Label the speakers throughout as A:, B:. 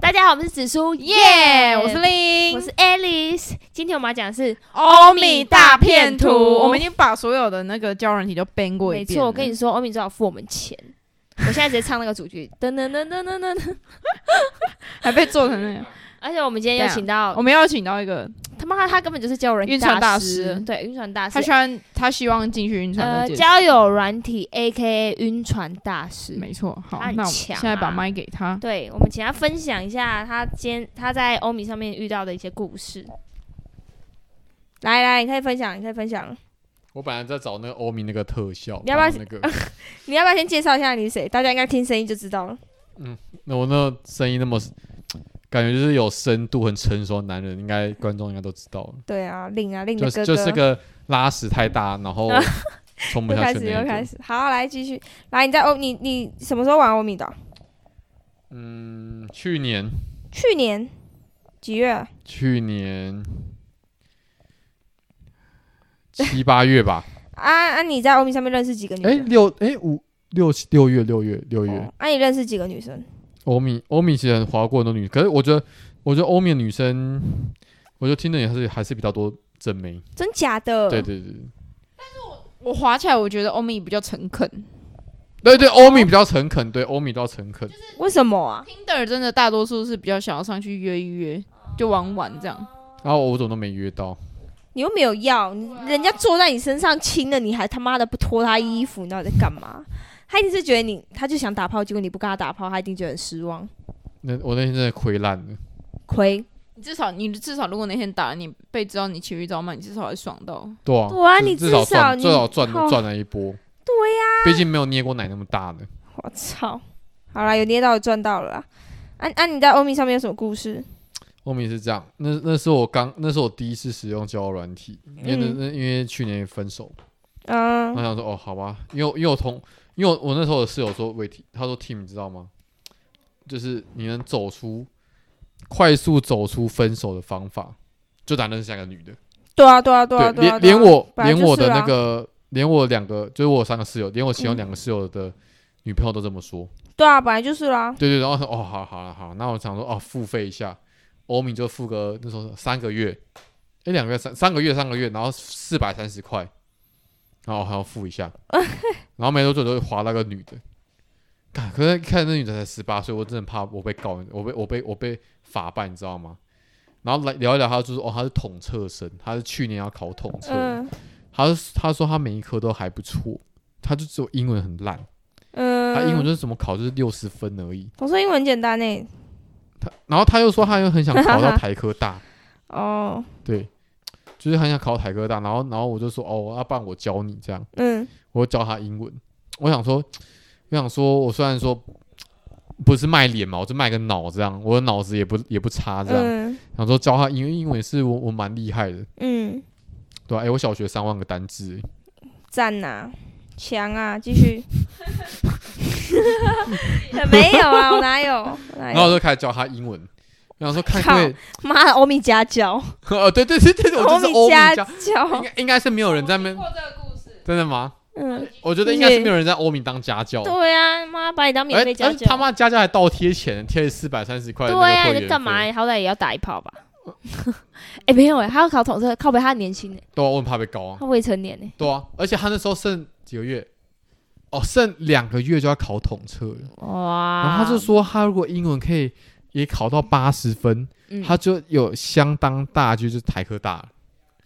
A: 大家好，我们是紫苏，耶、
B: 我是令，
A: 我是 Alice。今天我们要讲的是，
B: 欧
A: 米大片图
B: 我们已经把所有的那个交友软体都 ban 过
A: 没
B: 一遍了。
A: 错，我跟你说，欧米最好付我们钱。我现在直接唱那个主句， 噔噔噔噔噔噔噔。
B: 还被做成那样。
A: 而且我们今天又请到
B: 我们邀请到一个，
A: 他妈的，他根本就是交友软体
B: 晕船大
A: 师，
B: 师
A: 对，晕船大
B: 他
A: 师
B: 希。望他希望进去晕船
A: 呃，
B: 的界面
A: 交友软体 A K A 晕船大师，
B: 没错。好，
A: 他很
B: 那我
A: 强
B: 们现
A: 啊
B: 在把麦给他。
A: 对，我们请他分享一下他今天他在欧米上面遇到的一些故事。来来，你可以分享，你可以分享。
C: 我本来在找那个欧米那个特效，
A: 你要不要
C: 然后 那个？
A: 你要不要先介绍一下你是谁？大家应该听声音就知道了。
C: 那我那声音那么，感觉就是有深度、很成熟的男人，应该观众应该都知道了。
A: 对啊，令啊令
C: 就
A: 的哥
C: 是
A: 哥，
C: 就是个拉屎太大，然后冲不
A: 又
C: 下
A: 开
C: 去
A: 始
C: 的
A: 又
C: 那
A: 开
C: 一种。
A: 始，好，来继续，来你在欧你你什么时候玩欧米的？
C: 嗯，去年
A: 去年几月？啊
C: 去年七八月吧，
A: 啊啊！ 你在欧米上面认识几个女
C: 哎
A: 生？
C: 六哎五六六月六月六月，
A: 哦啊，你认识几个女生？
C: 欧米欧米其实很划过很多女，可是我觉得我觉得欧米的女生，我觉得听的也是还是比较多正妹。
A: 真假的？
C: 对对对。
B: 我滑起来，我觉得欧米比较诚恳
C: 对对，欧米比较诚恳，对欧米比较诚恳。
A: 为什么啊？
B: ，Tinder 真的大多数是比较想要上去约一约，就玩玩这样。
C: 然后我怎么都没约到，
A: 你又没有要，你人家坐在你身上亲了，你还他妈的不脱他衣服，你到底在干嘛？他一定是觉得你，他就想打炮，结果你不跟他打炮，他一定觉得很失望。
C: 那我那天真的亏烂了。
A: 亏，
B: 你至少你至少如果那天打了你被知道你情绪糟慢，你至少还爽到。
C: 对啊，
A: 对啊
C: 至
A: 你
C: 至
A: 至
C: 少
A: 少
C: 赚
A: 你
C: 至少赚
A: 哦
C: 赚了一波。
A: 对
C: 呀、毕竟没有捏过奶那么大的。
A: 我操！好啦，有捏到赚到了啦。啊啊！你在欧米上面有什么故事？
C: 欧米是这样，那那是我刚那是我第一次使用交友软体，因为那
A: 嗯
C: 那因为去年分手，
A: 嗯
C: 我，想说哦好吧，因为我因为我同因为我我那时候的室友说伟霆，他说 Tim 你知道吗？就是你能走出快速走出分手的方法，就打认识下一个女的。
A: 对啊，对啊，对啊，对啊，
C: 连连我
A: 本来
C: 连
A: 就
C: 我的
A: 是啊嗯
C: 那个连我两个就是我三个室友，连我其中两个室友的女朋友都这么说。
A: 对啊，本来就是啦。
C: 对对，然后说哦，好好了好，那我想说哦，付费一下，欧米就付个那时候三个月，哎两个月三三个月三个月，然后四百三十块，然后还要付 一下，然后没多久就划那个女的。看，可是看那女的才十八岁，我真的怕我被告，我被我被我被法办，你知道吗？然后来聊一聊，他就说哦，他是统测生，他是去年要考统测的，
A: 嗯
C: 他是他说他每一科都还不错，他就只有英文很烂，
A: 嗯，
C: 啊他英文就是怎么考就是六十分而已。
A: 我说英文很简单欸呢。
C: 他然后他又说他又很想考到台科大，
A: 哦，
C: 对，就是很想考台科大。然后然后我就说哦，要不然我教你这样，
A: 嗯
C: 我教他英文。我想说，我想说我虽然说不是卖脸嘛，我是卖个脑这样，我的脑子也不也不差这样。
A: 嗯
C: 想说教他英文，英文也是我我蛮厉害的，
A: 嗯，
C: 对吧、哎、我小学三万个单字、哎
A: 赞呐，强啊，继 续。没有啊，我哪有？我哪
C: 然后我
A: 有？
C: 就开始教他英文。我想说看
A: 靠
C: 对。
A: 妈的，欧米加教，
C: 哦，对对对对，对我就是欧米
A: 加
C: 家，应
A: 教。
C: 该应该是没有人在那边，
B: 这个故事，
C: 真的吗？
A: 嗯，
C: 我觉得应该是没有人在欧米当家教。
A: 对啊，妈把你当免
C: 哎
A: 费家
C: 哎
A: 教。
C: 他妈家教还倒贴钱，贴四百三十块的那个
A: 对啊，
C: 会
A: 你
C: 员
A: 在
C: 费。
A: 干嘛？你好歹也要打一炮吧。 哎，没有哎，他要考统测，靠北他很年轻哎，
C: 对啊，我很怕被告啊。
A: 他未成年哎。
C: 对啊，而且他那时候剩几个月，哦，剩两个月就要考统测了。
A: 哇。
C: 哦然后他就说，他如果英文可以也考到八十分，
A: 嗯，
C: 他就有相当大就是台科大了。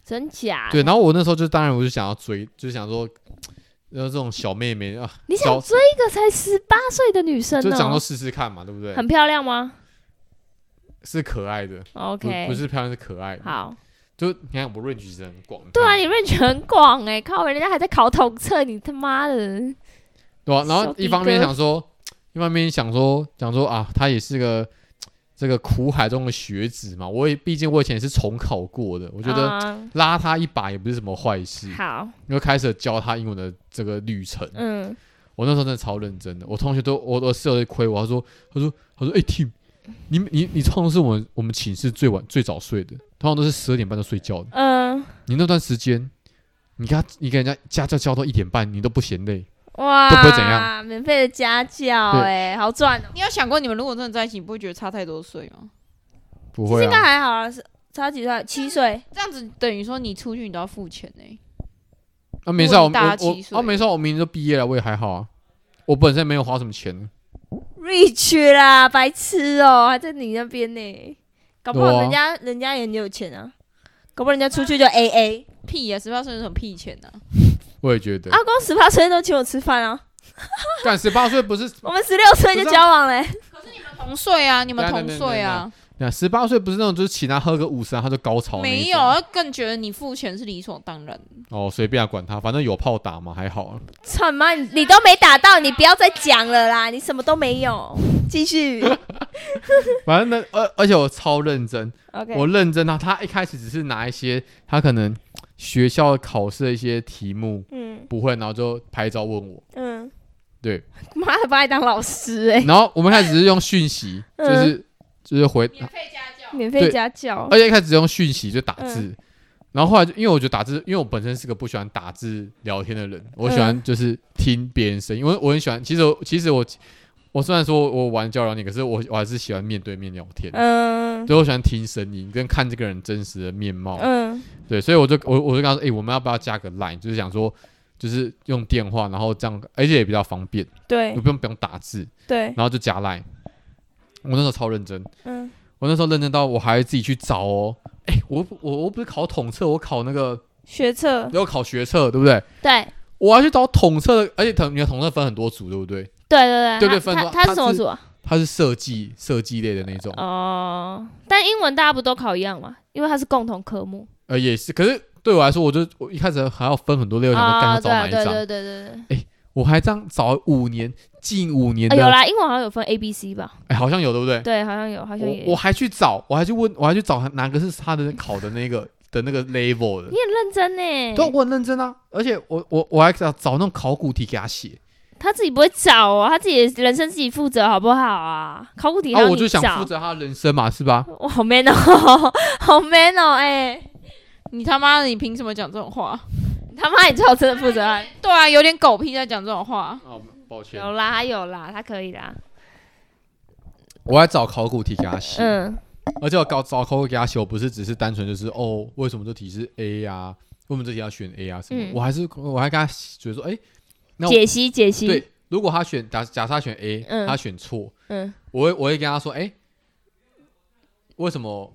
A: 真假？
C: 对，然后我那时候就当然我就想要追，就是想说，然后这种小妹妹啊，
A: 你想
C: 小
A: 追一个才十八岁的女生
C: 就
A: 呢、
C: 想说试试看嘛，对不对？
A: 很漂亮吗
C: 是可爱的不
A: ？OK，
C: 不是漂亮，是可爱的。
A: 好，
C: 就你看我 range 其实很广，
A: 对啊，
C: 你看
A: 你 range 很广哎、靠，人家还在考统测，你他妈的，
C: 对啊。然
A: 小
C: 后
A: 迪
C: 一方面
A: 哥
C: 想说，一方面想说，想说啊，他也是个这个苦海中的学子嘛。我也毕竟我以前也是重考过的，我
A: 我
C: 觉得嗯拉他一把也不是什么坏事。
A: 啊好，
C: 又开始教他英文的这个旅程。
A: 嗯，
C: 我那时候真的超认真的，我同学都我我室友在亏我，他说他说他说哎、Tim，你你你通常是我们我们寝室最晚最早睡的，通常都是十二点半就睡觉的。
A: 嗯、
C: 你那段时间，你跟他你跟人家家教教到一点半，你都不嫌累。
A: 哇，
C: 都不会怎样，
A: 免费的家教哎、好赚哦、
B: 你有想过你们如果真的在一起，你不会觉得差太多岁吗？
C: 不
A: 其实
C: 会
A: 应该
C: 啊，
A: 还好啊，是差几岁？七岁。
B: 这样子等于说你出去你都要付钱呢、欸
C: 啊没事啊，我
B: 如果你大
C: 我
B: 七岁
C: 我啊没事啊，我明年就毕业了，我也还好啊，我本身没有花什么钱，
A: rich 啦，白痴哦、还在你那边呢、搞不
C: 对
A: 好
C: 啊
A: 人家、人家也很有钱啊，搞不好人家出去就 A A
B: 屁呀、十八岁有什么屁钱啊呢、
C: 我也觉得
A: 啊，，光十八岁都请我吃饭啊，
C: 干十八岁不是
A: 我们十六岁就
C: 不是啊
A: 交往嘞、
B: 同岁啊，你们
C: 等一
B: 同
C: 下
B: 岁啊，
C: 那十八岁不是那种就是请他喝个五十啊他就高潮那一
B: 没
C: 种
B: 有，更觉得你付钱是理所当然的。
C: 哦随便啊管他，反正有炮打嘛还好啊，
A: 操你妈！你你都没打到，你不要再讲了啦！你什么都没有。继续
C: 反正呢而而且我超认真，
A: ，OK，
C: 我认真啊，他一开始只是拿一些他可能学校考试的一些题目
A: 嗯
C: 不会，然后就拍照问我，
A: 嗯，
C: 对，
A: 妈的，把你当老师哎、
C: 然后我们开始只是用讯息，就
A: 嗯
C: 是就是回，
A: 免费家教
C: 而，且一开始只用讯息就打
A: 嗯
C: 字，然后后来就因为我觉得打字，因为我本身是个不喜欢打字聊天的人，我
A: 嗯
C: 喜欢就是听别人声音，因为我很喜欢，其实我其实我我虽然说我玩交友软件，可是我我还是喜欢面对面聊天，
A: 嗯
C: 所以我喜欢听声音跟看这个人真实的面貌，
A: 嗯
C: 对，所以我就我我就跟他说，哎诶，我们要不要加个 line？就是想说，就是用电话，然后这样，而且也比较方便，
A: 对
C: 我不用不用打字，
A: 对，
C: 然后就加 line。我那时候超认真，
A: 嗯
C: 我那时候认真到我还自己去找哦。诶，我不我我不是考统测，我考那个
A: 学测
C: 我考学测，对不对？
A: 对
C: 我要去找统测的，而且统你的统测分很多组，对不对？
A: 对对
C: 对对
A: 他
C: 分
A: 他
C: 数
A: 他
C: 他
A: 是什么
C: 是
A: 组啊？
C: 它是设计设计类的那种，
A: 哦，但英文大家不都考一样嘛？因为它是共同科目
C: 呃，也是。可是对我来说，我就我一开始还要分很多类，我想说干
A: 啊，
C: 要找
A: 对
C: 哪
A: 啊
C: 一
A: 对
C: 张？
A: 对对对
C: 我还这样找了五年，近五年
A: 对，啊
C: 的，
A: 有啦，英文好像有分 A B C 吧？
C: 哎，好像有，对不对？
A: 对，好像有，好像也
C: 我我
A: 有。
C: 还去找，我还去问，我还去找哪个是他的考的那个的那个 level 的
A: 你。很认真欸
C: 对啊，
A: 呢，
C: 我很认真啊，而且我我我还找找那种考古题给他写，
A: 他自己不会找哦，他自己的人生自己负责好不好啊？考古题
C: 然
A: 还要
C: 后哦我就
A: 你
C: 想
A: 找
C: 负，责他的人生嘛，是吧？
A: 哇，好 man 哦， 好 man 哦，哎，
B: 你他妈的，你凭什么讲这种话？
A: 你他妈你最好真的负责啊！
B: 对啊，有点狗屁在讲这种话。
C: 哦，抱歉
A: 有啦，他有啦，他可以啦，
C: 我还找考古题给他写，
A: 嗯
C: 而且我搞找考古给他写，我不是只是单纯就是哦，为什么这题是 A 啊？为什么这题要选 A 啊？什么？
A: 嗯
C: 我还是我还跟他觉得说，哎，那我
A: 解析解析，
C: 对，如果他选假假设他选 A，、
A: 嗯
C: 他选错，
A: 嗯，
C: 我会我会跟他说，哎、为什么？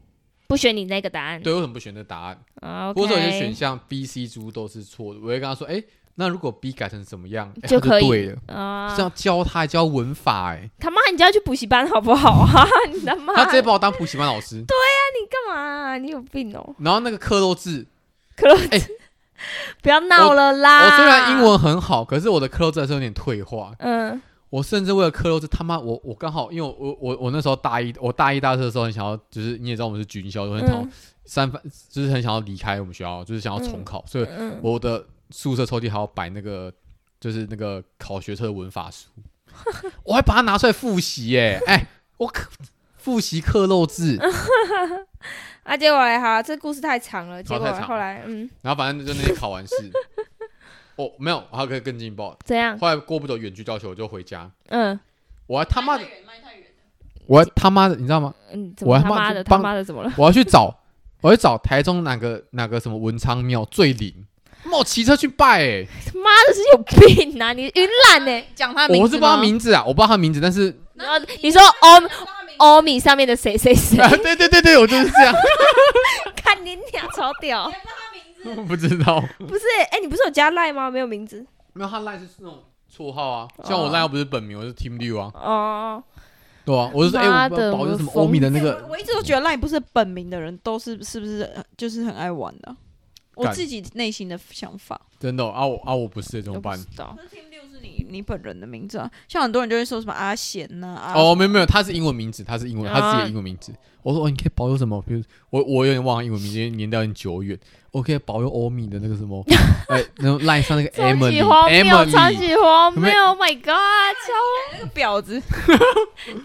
A: 不选你那个答案，
C: 对，为什么不选这答案？
A: 啊
C: 或者有些选
A: ，OK，
C: 项 B、C、猪都是错的，我会跟他说，哎、那如果 B 改成怎么样，哎
A: 就
C: 他
A: 可以
C: 对了。
A: 啊
C: 这，样教他还教文法、哎，
A: 他妈，你就要去补习班好不好 啊？你他妈，
C: 他直接把我当补习班老师，
A: 你干嘛啊、你有病哦！
C: 然后那个克漏字，
A: 克洛兹， 不要闹了啦！
C: 哎我虽然英，文很好，可是我的克漏字还是有点退化。
A: 嗯
C: 我甚至为了克漏字，他妈我我刚好，因为我我我我那时候大一，我大一大四的时候很想要，就是你也知道我们是军校，我很想要
A: 嗯
C: 三番，就是很想要离开我们学校，就是想要重考，所以
A: 嗯，
C: 我的宿舍抽屉还要摆那个，就是那个考学测的文 法书，我还把它拿出来复习耶、哎、我可复习克漏字，
A: 啊，结果嘞，好啊，这故事太长了，结
C: 好
A: 果
C: 太
A: 嘞
C: 长
A: 后来，嗯，
C: 然后反正就那天 考完试，哦，没有，还有个更劲爆，
A: 怎样？
C: 后来过不久远距教学我就回家，
A: 嗯
C: 我还他妈的，我还他妈的，你知道吗？
A: 嗯，怎
C: 我
A: 么
C: 还
A: 他
C: 骂
A: 妈
C: 就
A: 的他
C: 帮
A: 妈的怎么了？
C: 我要去找，我要去找台中哪个哪个什么文昌庙最灵，那我骑车去拜哎、
A: 他妈的是有病啊！你晕染 呢、
B: 讲他的
C: 我
B: 名
C: 不
B: 字
C: 是不知道
B: 吗
C: 他名字啊，我不知道他名字，但是，
A: 然后你说欧欧米上面的谁谁谁
C: 啊，对对对对，我就是这样，
A: 看你俩超 屌，
C: 我不知道，
A: 不是？哎、你不是有加赖吗？没有名字
C: 没有他赖是那种绰号啊，像我赖又不是本名，我是 Team 绿啊，
A: 哦。
C: 对啊，我就说哎、
A: 妈
C: 我
A: 的
C: 保
A: 我
C: 佑什么
A: 疯
C: 欧米的那
B: 我
C: 个，
B: 我一直都觉得赖不是本名的人都是是不是呃就是很爱玩的啊、我
C: 干
B: 自己内心的想法。
C: 真的哦、啊我啊我不是怎么
B: 我不
C: 办
B: 知？道。可是 Team 六是你你本人的名字啊，像很多人就会说什么阿贤呐、啊，
C: 哦，没有没有，他是英文名字，他是英文，
A: 啊
C: 他自己的英文名字。我说哦，你可以保佑什么？比如我我有点忘了英文名字，因为年代很久远。我可以保佑欧米的那个什么， 哎，然后赖上那个
A: 超级荒谬，超
C: Emily，Emily，
A: 级荒
C: 有没
A: 谬！Oh my god，超
B: 那个婊子，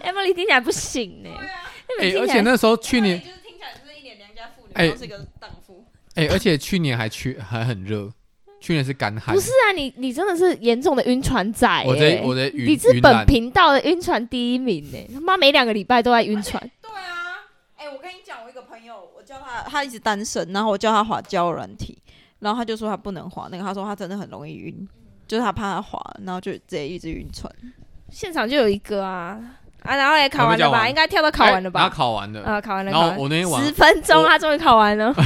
A: Emily 听起来不行呢、
C: 哎
A: Emily 听起来
C: 而且那时候去年，
B: 就是听起来就是一脸良家妇女
C: 哎然后
B: 是一个荡妇。
C: 哎，而且去年还去还很热，去年是干旱
A: 不，是啊，你你真的是严重的晕船仔、欸，
C: 我在我在
A: 你
C: 云
A: 是
C: 云
A: 本
C: 南，
A: 频道的晕船第一名呢、他妈每两个礼拜都在晕船，
D: 对啊，哎、我跟你讲，我一个朋友，我叫他，他一直单身，然后我叫他滑交友软体，然后他就说他不能滑那个，他说他真的很容易晕，就是他怕他滑，然后就直接一直晕船。
A: 现场就有一个啊啊，然后也考
C: 还
A: 完
C: 没讲
A: 了吧？
C: 完
A: 应该跳到考完了
C: 哎
A: 吧
C: 他？考完了，
A: 啊，考完了，
C: 然后
A: 考完了
C: 我那天晚
A: 十分钟
C: 我
A: 他终于考完了，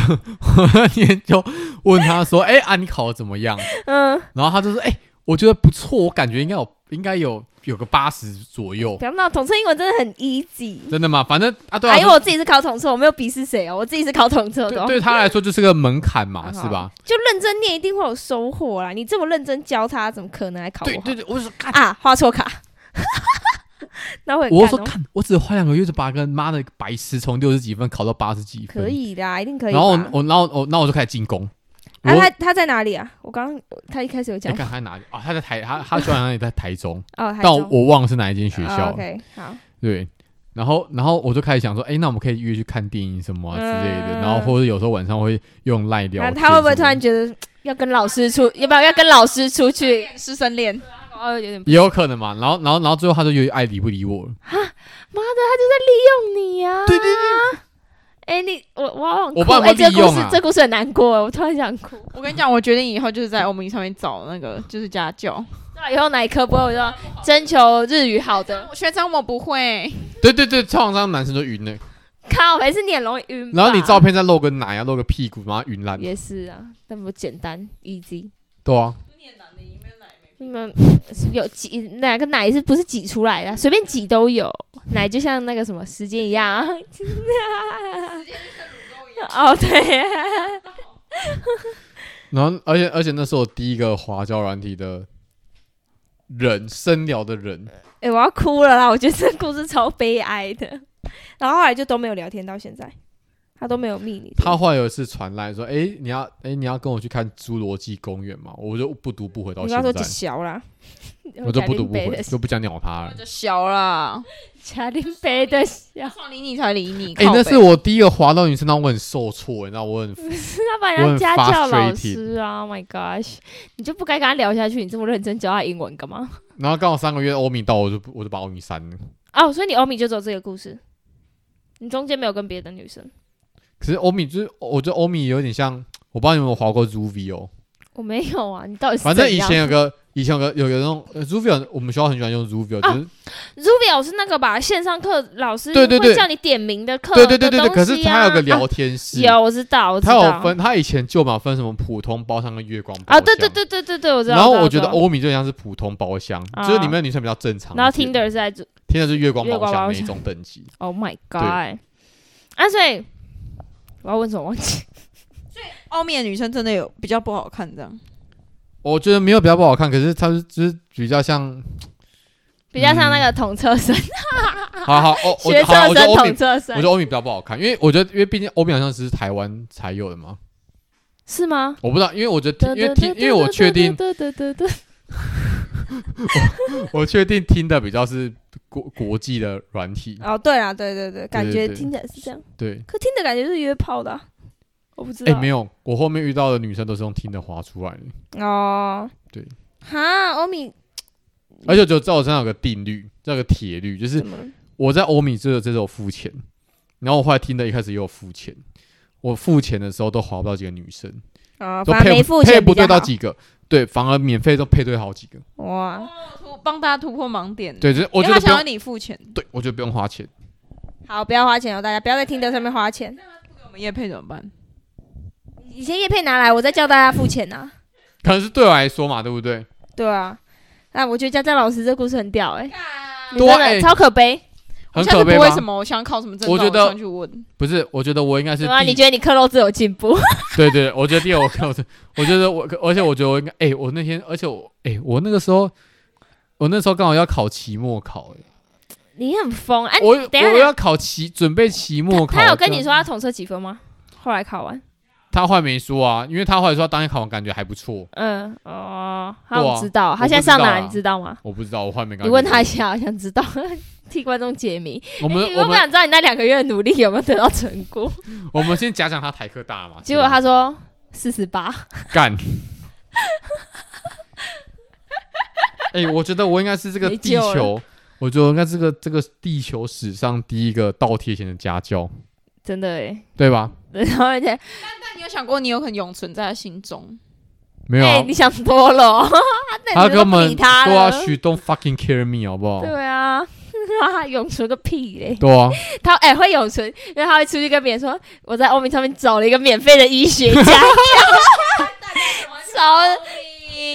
C: 那天就问他说：“哎、啊，你考的怎么样
A: 嗯，？”
C: 然后他就说：“哎、我觉得不错，我感觉应该有应该有有个八十左右，
A: 不要闹，统测英文真的很 easy。
C: 真的吗？反正啊，对啊，
A: 哎，因
C: 就
A: 为我自己是考统测，我没有鄙视谁哦，我自己是考统测的
C: 对
A: 哦，
C: 对他来说就是个门槛嘛，
A: 啊
C: 是吧？
A: 就认真念一定会有收获啦。你这么认真教他，怎么可能还考不
C: 对
A: 好
C: 对对，我就说看，
A: 啊？画错卡， 那会很
C: 我就
A: 干
C: 说
A: 哦
C: 看，我只花两个月就把跟妈的白痴从六十几分考到八十几分，
A: 可以啦，一定可以吧。
C: 然后我，我然后我，然后我就开始进攻。我
A: 啊，他他在哪里啊？我刚刚他一开始有
C: 你
A: 讲
C: 看他在哪里啊？他在台，他他虽然也在台中，
A: 哦，
C: 但我忘了是哪一间学校。
A: OK，好，
C: 对，然后然后我就开始想说，哎，那我们可以约去看电影什么啊之类的。
A: 嗯
C: 然后或者有时候晚上会用赖聊
A: 那
C: 天。
A: 他会不会突然？觉得嗯要跟老师出，要不要要跟老师出去？
B: 师生恋，
A: 哦，有点
C: 也有可能嘛。然后然后然后最后他就有点爱理不理我了。
A: 用你啊。
C: 对对对，
A: 哎，你我我好想
C: 我
A: 哭，
C: 不知
A: 哎，这
C: 道有没有
A: 个
C: 利
A: 故
C: 用
A: 事
C: 啊
A: 这故事很难过，我突然想哭。
B: 我跟你讲，我决定以后就是在欧米上面找那个就是家教。
A: 对啊以后哪一科不会，我就要征求日语好的。
B: 我学长我不会，
C: 对对对，通常男生都晕了。
A: 靠，每次你很容易晕吧。
C: 然后你照片再露个奶啊，露个屁股，然后晕烂。
A: 也是啊，那么简单 easy。
C: 对啊，
A: 你们有挤哪个奶是不是挤出来的啊？随便挤都有，奶就像那个什么时间一样啊。 哦，对啊，
C: 然后而且而且那是我第一个滑交软体的人，深聊的人。
A: 哎、我要哭了啦！我觉得这故事超悲哀的。然后后来就都没有聊天，到现在他都没有密你。
C: 他后来有一次传来说：“哎、你要哎、你要跟我去看侏罗纪公园吗？”我就不读不回到
A: 你
C: 现
A: 刚说
C: 在
A: 几，小啦，
C: 我就不读不
A: 北
C: 回，
A: 的
C: 就不想鸟他了
B: 那。就小啦，
A: 贾林北的小，
B: 我想理你才理你。
C: 哎、
B: 靠
C: 那
B: 北
C: 是我第一个滑到女生，让我很受挫，你知道我很
A: 那把
C: 我
A: 人
C: 很
A: 家家教老
C: frustrated
A: 师啊！Oh my gosh，你就不该跟他聊下去，你这么认真教他英文干嘛？
C: 然后刚好三个月欧米到，我就不我就把欧米删了。
A: 哦，所以你欧米就只有这个故事，你中间没有跟别的女生？
C: 可是欧米就是，我觉得欧米有点像，我不知道你有没有滑过 Zuvio，
A: 我没有啊，你到底是
C: 反正
A: 怎
C: 以
A: 样
C: 前有个以前有个有个那种呃 Zuvio，我们学校很喜欢用 Zuvio，就是、
A: 啊 Rubio 是那个吧？线上课老师
C: 对对对
A: 会叫你点名的课、
C: 对对对对对，
A: 的东
C: 可
A: 西啊
C: 是他有个聊
A: 啊
C: 天室，
A: 有我知道，我知
C: 他
A: 道
C: 有分，他以前旧嘛分什么普通包厢跟月光包
A: 啊，
C: 厢。
A: 对对对对对对，我知道。
C: 然后
A: 知道
C: 我觉得，哦
A: 知道
C: 欧米就像是普通包厢，
A: 啊
C: 就是里面的女生比较正常一点。
A: 然后 Tinder 是在做
C: Tinder 就是月光
A: 月光包
C: 包
A: 厢
C: 厢那一种等级。
A: ，Oh my God！啊，所以我要问什么忘记？
D: 欧美的女生真的有比较不好看这样。
C: 我觉得没有比较不好看，可是它是就是比较像，
A: 比较像那个统测生、
C: 好好 哦，嗯我
A: 啊学
C: 好，
A: 测
C: 我觉得
A: 生、
C: 欧米
A: 统，测
C: 我觉
A: 生
C: 得欧米比较不好看，因为我觉得因为毕竟欧米好像只是台湾才有的嘛，
A: 是吗？
C: 我不知道，因为我觉得因
A: 对
C: 为听，因为我确定
A: 对对对对对，
C: 我确定听的比较是国国际的软体，
A: 哦，对啊，对对对，感觉
C: 对对
A: 听起来是这样，
C: 对，
A: 可听的感觉是约炮的啊、我不知
C: 哎
A: 道。
C: 没有，我后面遇到的女生都是用听的滑出来的，
A: 哦，
C: 对，
A: 哈，欧米
C: 而且我觉得在我身上有个定律，叫个铁律，就是
A: 怎么了？
C: 我在欧米这个这有付钱，然后我后来听的一开始也有付钱，我付钱的时候都划不到几个女生，
B: 哦
A: 啊，
C: 都
A: 反正
C: 配
A: 没
C: 不
A: 付
C: 配
A: 钱
C: 不
A: 比
C: 对
A: 较
C: 到
A: 好。
C: 几个，对，反而免费都配对好几个，
A: 哇，
B: 突帮大家突破盲点。，
C: 对，就是我觉
B: 因为他
C: 得不
B: 想要
C: 用，
B: 你付钱，
C: 对我觉得不用花钱，
A: 好，不要花钱哦，大家不要在听的上面花钱。
B: 我们叶配怎么办？
A: 以前叶配拿来，我再叫大家付钱呐、啊。
C: 可能是对我来说嘛，对不对？
A: 对啊，那我觉得佳佳老师这故事很屌哎、你
C: 对
A: 真的
C: 哎
A: 超可悲。
C: 很
B: 我下
C: 可
B: 次
C: 悲
B: 不为什
C: 吗？
B: 么？我想靠什么证照？
C: 我觉得
B: 我上去问。
C: 不是，我觉得我应该是
A: 对啊，
C: 第
A: 你觉得你克漏字有进步？
C: 对对，我觉得第二我我我觉得我，而且我觉得我应该，哎、我那天，而且我，哎、我那个时候，我那时候刚好要考期末考、哎
A: 你很疯哎、
C: 我
A: 等一下
C: 我要考期准备期末考，
A: 他有跟
C: 这
A: 你说他统测几分吗？后来考完，
C: 他后来没说啊，因为他后来说他当天考完感觉还不错，
A: 嗯，哦，
C: 对
A: 他
C: 啊
A: 我知道，他
C: 我
A: 现在
C: 不知道
A: 上哪
C: 啊
A: 你知道吗？
C: 我不知道，我后来没跟
A: 你问他一
C: 联
A: 下，我想知道， 替观众解谜。
C: 络。我们
A: 因为
C: 我
A: 我不
C: 们
A: 想知道 你那两个月的努力有没有得到成 果。
C: 我们先讲讲他台科大嘛，
A: 结果
C: 是吧
A: 他说四十八，
C: 干， 哎、我觉得我应该是这个
B: 没
C: 地
B: 救了
C: 球，我觉得我应该是这个这个地球史上第一个倒贴钱的家教，
A: 真的哎、
C: 对吧？
A: 然后而且，
B: 但你有想过，你有可能永存在他心中？
C: 没有、
A: 哎、
C: 啊，
A: 你想多了 哦，那
C: 他
A: 你就
C: 根
A: 不
C: 本
A: 理他
C: 对啊
A: 了。
C: ，She don't fucking care me，好不好？
A: 对啊， 他永存个屁嘞！
C: 对啊，
A: 他哎、会永存，因为他会出去跟别人说我在欧米上面找了一个免费的医学家， 哎找了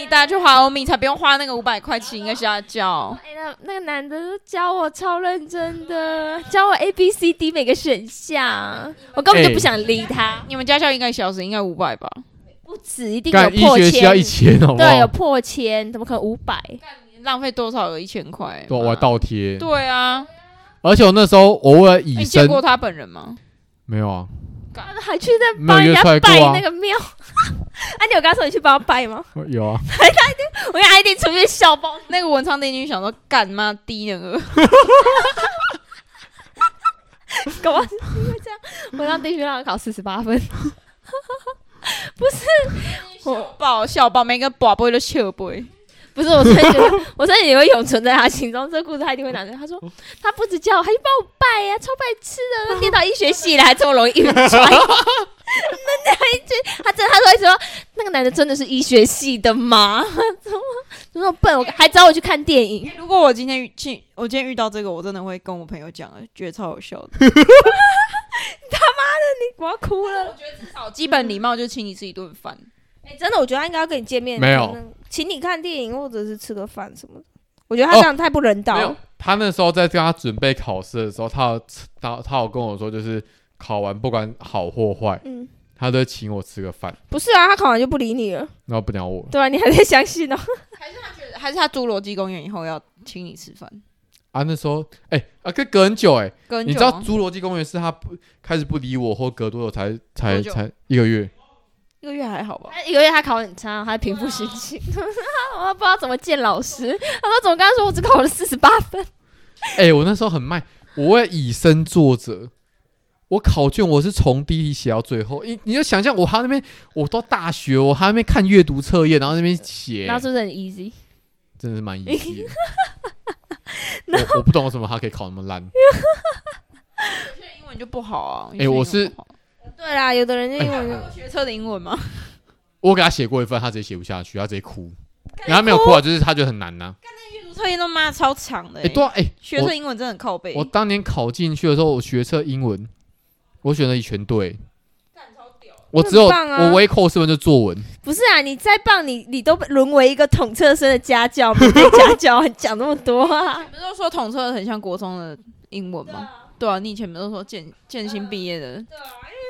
B: 大家去华欧米才不用花那个五百块钱一个家教。
A: 哎、那那个男的教我超认真的，教我 A B C D 每个选项，我根本
C: 哎
A: 就不想理他。
B: 你们家教一个小时应该五百吧？
A: 不止，一定有
C: 干一
A: 破
C: 学期要
A: 千
C: 一，千，好不啊
A: 对，有
C: 好？
A: 破千，怎么可能五百？
B: 浪费多少有一千块？
C: 对，我还。倒贴，
B: 对啊，
C: 而且我那时候我为了以
B: 你
A: 哎
C: 身
B: 见过他本人吗？
C: 没有啊，
A: 还去那帮
C: 没有
A: 人
C: 约
A: 家
C: 出来过
A: 拜
C: 啊
A: 那个庙？ 啊，你有刚说你去帮他拜吗？
C: 有啊，
A: 我跟阿一定出去笑爆。
B: 那个文昌帝君想说，干妈低能儿，
A: 搞不好是因为这样， 我让丁学让他考四十八分。
B: 爆笑爆，每个宝贝都笑杯。
A: 不是，我真的觉得， 我真的也会永存在他心中。这个故事他一定会拿出来。他说他不止叫我，还去帮我拜呀、超白痴的，念到医学系了还这么容易晕船。那那一句，他真的他说一直说那个男的真的是医学系的吗？怎么怎么那么笨？我还找我去看电影。
D: 哎如果我今天遇去，我今天遇到这个，我真的会跟我朋友讲，觉得超好笑的。
A: 我要哭了。
B: 至少基本礼貌就请你吃一顿饭。
A: 哎、真的，我觉得他应该要跟你见面，
C: 没有
A: 可能，请你看电影或者是吃个饭什么的。我觉得他这样太不人道
C: 没
A: 了。
C: 有。他那时候在跟他准备考试的时候，他有他他有跟我说，就是考完不管好或坏，
A: 嗯，
C: 他都请我吃个饭，
A: 不是啊，他考完就不理你了，
C: 然后不鸟我
A: 对啊，你还在相信呢、
B: 还是他侏罗纪公园以后要请你吃饭？
C: 啊。那时候哎、啊，跟隔很久哎、
B: 跟
A: 啊
C: 你知道侏罗纪公园是他不开始不理我，或隔多久才才
B: 多久
C: 才一个月？
D: 一个月还好吧？
A: 哎他一个月他考很差，他平复心情， 我不知道怎么见老师。 他说怎么跟他说我只考了四十八分，
C: 哎、我那时候很卖，我会以身作则。我考卷我是从第一题写到最后，你你就想象我还那边，我到大学我还那边看阅读测验，然后那边写，
A: 然后是不是很 easy？
C: 真的是蛮 easy 的。我我不懂为什么他可以考那么烂。
B: 英文就不好啊。
C: 哎我是
A: 对啦，有的人就英文就、
B: 学车的英文吗？
C: 我给他写过一份，他直接写不下去，他直接哭。然后他没有哭啊，就是他觉得很难呐、
D: 阅读测验都妈超长的、
C: 哎、
D: 欸，
C: 对啊，哎、
D: 学测英文真的很靠背。
C: 我当年考进去的时候，我学测英文，我选了一全对。我只有、
A: 很棒啊
C: 我唯一扣四分就作文，
A: 不是啊，你再棒你你都沦为一个统测生的家教，免费家教， 你讲那么多啊？
B: 你不是都说统测很像国中的英文吗？对啊，你以前不是都说建建新毕业的？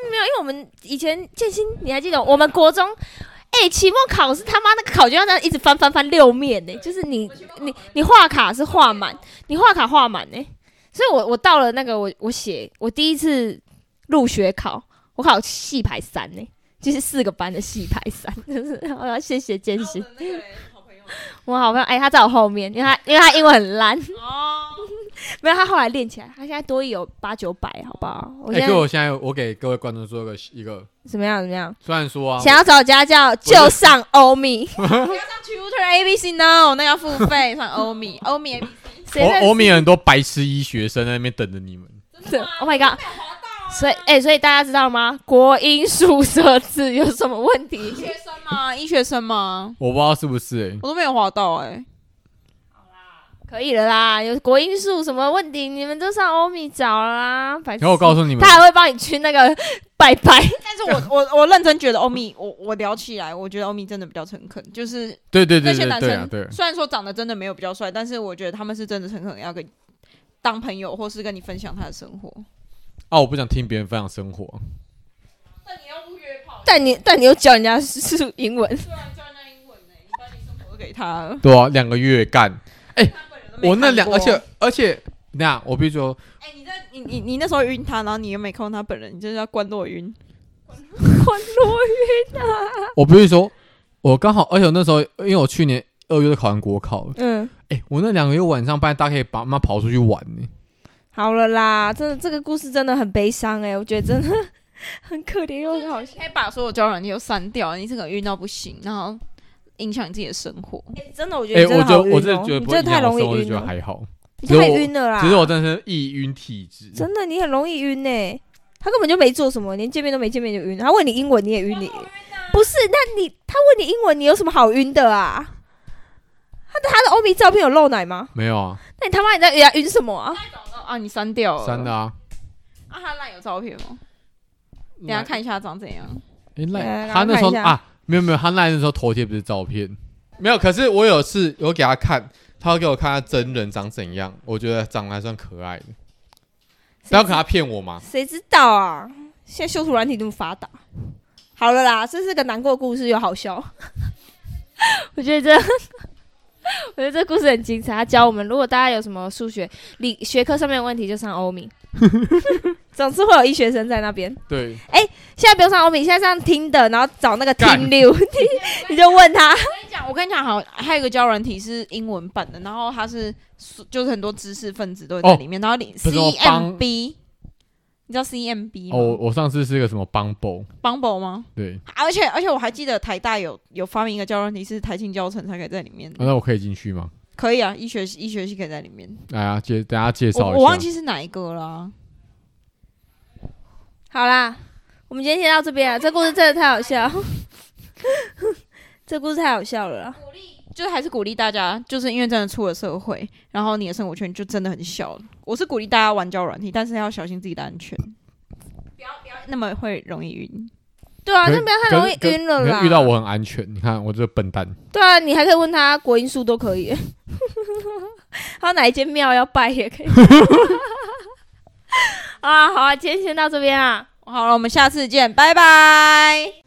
A: 没有，因为我们以前建新，你还记得我们国中，哎、期末考试他妈那个考卷要这样一直翻翻翻六面呢、就是你你你画卡是画满，你画卡画满呢、所以我我到了那个我我写我第一次入学考，我考系排三呢、就是四个班的系排三， 就是我要谢谢建新，
D: 啊
A: 我好朋友，哎、他在我后面，因为他因为他英文很烂，
B: 哦，
A: 没有他后来练起来，他现在多一有八九百，好不好？我
C: 哎、
A: 现在、
C: 各位，我现在我给各位观众做一个一个，
A: 怎么样怎么样？
C: 虽然说啊，
A: 想要找家教就上欧米，
B: Tutor A B C No，那要付费，算欧米，欧米 A B
A: 谁在
C: 欧欧美很多白痴医学生在那边等着你们。
A: 对？Oh my god！所以，哎、所以大家知道吗？国音数设置有什么问题？
B: 学生吗？医学生吗？
C: 我不知道是不是哎、
B: 我都没有滑到哎、
A: 可以了啦，有国音数什么问题，你们都上欧米找啦。白痴
C: 然后我告诉你们
A: 他，还会帮你去那个拜拜。
D: 但是我 我我认真觉得欧米，我我聊起来，我觉得欧米真的比较诚恳，就是
C: 对对
D: 那
C: 对
D: 些
C: 对
D: 男
C: 对啊
D: 生
C: 对啊，
D: 虽然说长得真的没有比较帅，但是我觉得他们是真的诚恳，要跟你当朋友，或是跟你分享他的生活。
C: 啊，我不想听别人分享生活。
A: 但你但你又教人家是英文，
D: 我给他，
C: 对啊，两个月干，我那两，
D: 都没看过
C: 而且而且，那我必须说，
D: 哎、你这你你你那时候晕他，然后你又没看到他本人，你就是要关落晕。
A: 关落
C: 我必须说，我刚好，而且我那时候，因为我去年二月就考完国考了，
A: 嗯，
C: 哎、我那两个月晚上半夜大家可以把妈跑出去玩呢、
A: 好了啦，真的这个故事真的很悲伤哎、我觉得真的很可怜又很好笑。
B: 可以把所有交友软件都删掉，你这个晕到不行，然后影响你自己的生活。
A: 欸真的，我觉得
C: 哎、
A: 你真的
C: 我觉
A: 好
C: 得
A: 晕
C: 我真
A: 哦
C: 的觉得
A: 你
C: 不会
A: 真的
C: 影
A: 太
C: 响
A: 容
C: 我生活，我
A: 易
C: 就
A: 晕哦
C: 觉得
A: 了，
C: 还好。
A: 你
C: 只是
A: 太
C: 我
A: 晕了啦！
C: 只是我真的是易晕体质，
A: 真的你很容易晕呢、他根本就没做什么，连见面都没见面就晕。他问你英文你也晕，你不是？那你他问你英文，你有什么好晕的啊？他的他的欧米照片有露奶吗？
C: 没有啊，
A: 那你他妈你在给他晕什么啊？
B: 啊，你删掉了？
C: 删的啊。
B: 啊，他烂有照片吗？等一下看一下长怎样。
C: 诶赖、
A: 呃
C: 他
A: 让我
C: 那
A: 看
C: 时
A: 一
C: 候
A: 下
C: 啊，没有没有，他赖那时候头贴不是照片，没有。可是我有次有给他看，他有给我看他真人长怎样，我觉得长得还算可爱的。不要可能他骗我嘛，
A: 谁知道啊？现在修图软体这么发达，好了啦，这是个难过的故事又好笑。 我觉得这， 我觉得这故事很精彩。他教我们，如果大家有什么数学、理学科上面的问题，就上欧 米，总是会有医学生在那边。
C: 对，
A: 现在不用上欧米，现在上听的，然后找那个
C: 干
A: Team 六， 你就问他，
B: 讲，我跟你讲，好，还有一个教软体是英文版的，然后它是就是很多知识分子都会在里面，然后你
C: 哦不是我
B: CMB，你知道 CMB
C: 哦，我
B: 吗、
C: 我上次是个什么 Bumble，
B: b u m b l e 吗？
C: 对，
B: 而且而且我还记得台大有有发明一个教软体是台庆教程才可以在里面的，
C: 啊那我可以进去吗？
B: 可以啊，医学系医学系可以在里面。
C: 来啊，介大家介
B: 我
C: 绍一下。
B: 我忘记是哪一个啊啦。
A: 好啦，我们今天先到这边啊，这故事真的太好 笑，这故事太好笑了啦。
B: 就是还是鼓励大家，就是因为真的出了社会，然后你的生活圈就真的很小。我是鼓励大家玩交友软体，但是要小心自己的安全，不要不要那么会容易晕。
A: 对啊，
C: 可
A: 那
C: 是
A: 不要太
C: 可
A: 容
C: 是
A: 易
C: 可是
A: 晕了
C: 可是
A: 啦。
C: 遇到我很安全，你看我这笨蛋，
A: 对啊，你还可以问他国音数都可 以，还有哪一间庙要拜也 可以。啊，好啊，今天先到这边啊。
B: 好了，我们下次见，拜拜。